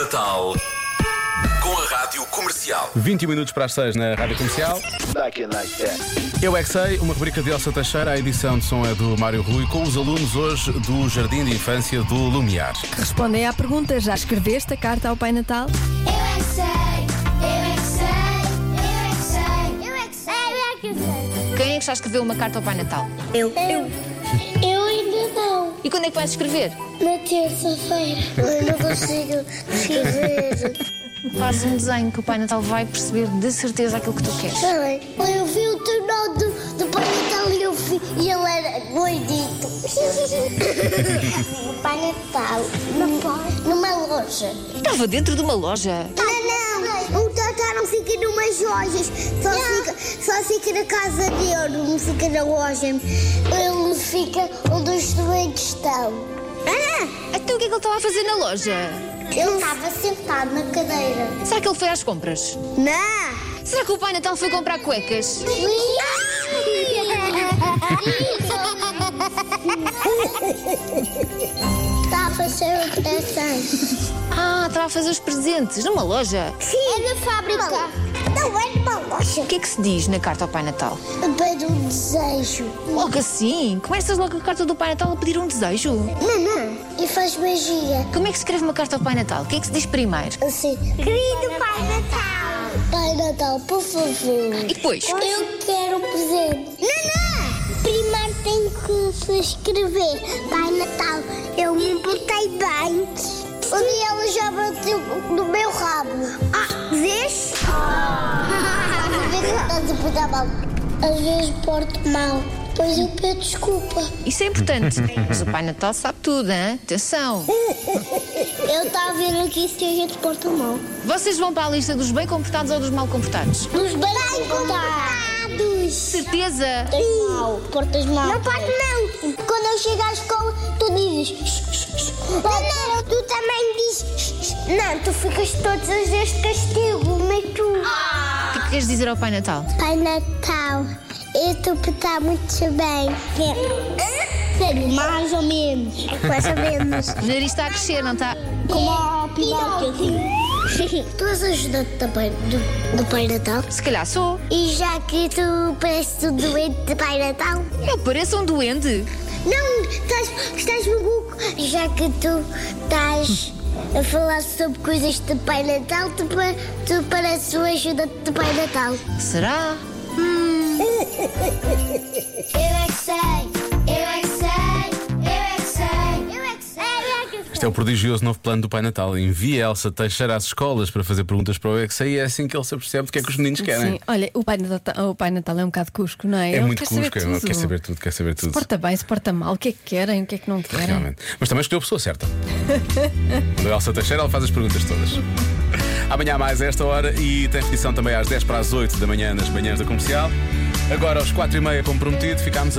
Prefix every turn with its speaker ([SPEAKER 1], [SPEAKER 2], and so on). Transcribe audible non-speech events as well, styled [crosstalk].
[SPEAKER 1] Natal com a Rádio Comercial.
[SPEAKER 2] 21 minutos para as 6 na Rádio Comercial.
[SPEAKER 3] Back in like that.
[SPEAKER 2] Eu é que sei, uma rubrica de Elsa Teixeira, a edição de som é do Mário Rui, com os alunos hoje do Jardim de Infância do Lumiar.
[SPEAKER 4] Respondem à pergunta: já escreveste a carta ao Pai Natal?
[SPEAKER 5] Eu é que sei, eu é que sei, eu é que sei, eu é que sei, eu é que sei.
[SPEAKER 6] Quem é que já escreveu uma carta ao Pai Natal?
[SPEAKER 5] Eu, eu ainda não,
[SPEAKER 6] E quando é que vais escrever?
[SPEAKER 5] na terça-feira. Eu não consigo escrever.
[SPEAKER 6] Faz um desenho que o Pai Natal vai perceber de certeza aquilo que tu queres.
[SPEAKER 5] Tá Bem, eu vi o tornado do, do Pai Natal e, eu vi, e ele era gordito. o Pai Natal numa loja.
[SPEAKER 6] Estava dentro de uma loja.
[SPEAKER 5] Não, não, o Tatá não fica numas lojas, só, fica, só fica na casa dele, não fica na loja. Ele fica onde os doentes estão.
[SPEAKER 6] Até o que é que ele estava a fazer na loja?
[SPEAKER 5] Ele estava sentado na cadeira.
[SPEAKER 6] Será que ele foi às compras?
[SPEAKER 5] Não!
[SPEAKER 6] Será que o Pai Natal foi comprar cuecas?
[SPEAKER 5] Estava sem o coração.
[SPEAKER 6] Ah, estava a fazer os presentes numa loja.
[SPEAKER 5] Sim. É na fábrica. Não é numa loja.
[SPEAKER 6] O que é que se diz na carta ao Pai Natal?
[SPEAKER 5] Para um desejo.
[SPEAKER 6] Logo assim, começas logo a carta do Pai Natal a pedir um desejo.
[SPEAKER 5] E faz magia.
[SPEAKER 6] Como é que se escreve uma carta ao Pai Natal? O que é que se diz primeiro?
[SPEAKER 5] Assim. Querido Pai Natal. Pai Natal, por favor.
[SPEAKER 6] E depois?
[SPEAKER 5] Eu quero um presente. Nanã! Primeiro tem que se inscrever. Pai Natal, eu me portei bem. Um dia ela já bateu no meu rabo. Ah, vês? Às vezes [laughs] estás a portar mal. Às vezes porto mal. Pois eu peço desculpa.
[SPEAKER 6] Isso é importante. Mas o Pai Natal sabe tudo, hein? Atenção.
[SPEAKER 5] Eu estava a ver aqui se a gente porta mal.
[SPEAKER 6] Vocês vão para a lista dos bem comportados ou dos mal comportados?
[SPEAKER 5] Nos bem comportados.
[SPEAKER 6] Certeza!
[SPEAKER 5] Portas mal, portas mal. Não posso não. Quando eu chego à escola, tu dizes... Não, não, tu também dizes... Não, tu ficas todos os dias de castigo, mas tu... Ah.
[SPEAKER 6] O que é que queres dizer ao Pai Natal?
[SPEAKER 5] Pai Natal, eu estou a muito bem. Sério, mais ou menos. Mais ou menos.
[SPEAKER 6] O nariz está a crescer, não está?
[SPEAKER 5] [laughs] Como a Pinóquio. Tu és ajudante também do, do Pai Natal?
[SPEAKER 6] Se calhar sou.
[SPEAKER 5] E já que tu pareces um doente de Pai Natal?
[SPEAKER 6] Eu pareço um duende.
[SPEAKER 5] Não, estás, estás maluco. Já que tu estás a falar sobre coisas de Pai Natal, tu, pa- tu pareces um ajudante de Pai Natal.
[SPEAKER 6] Será?
[SPEAKER 5] Eu é que sei, eu é que sei, eu é que sei, eu é que sei, eu é que sei.
[SPEAKER 2] Este é o prodigioso novo plano do Pai Natal. Envia Elsa Teixeira às escolas para fazer perguntas para o EXA e é assim que ele se apercebe do que é que os meninos querem.
[SPEAKER 4] Sim, olha, o pai, Natal, o Pai Natal é um bocado cusco, não é?
[SPEAKER 2] É
[SPEAKER 4] Ele
[SPEAKER 2] muito
[SPEAKER 4] quer
[SPEAKER 2] cusco,
[SPEAKER 4] saber
[SPEAKER 2] é,
[SPEAKER 4] tudo.
[SPEAKER 2] quer saber tudo, quer saber tudo.
[SPEAKER 4] Porta bem, se porta mal, o que é que querem, o que é que não querem?
[SPEAKER 2] Realmente. Mas também escolheu a pessoa certa. Quando é Elsa Teixeira, ela faz as perguntas todas. Amanhã há mais a esta hora e tem edição também às 10 para as 8 da manhã nas manhãs da comercial. Agora, às 4 e meia, como prometido, ficámos a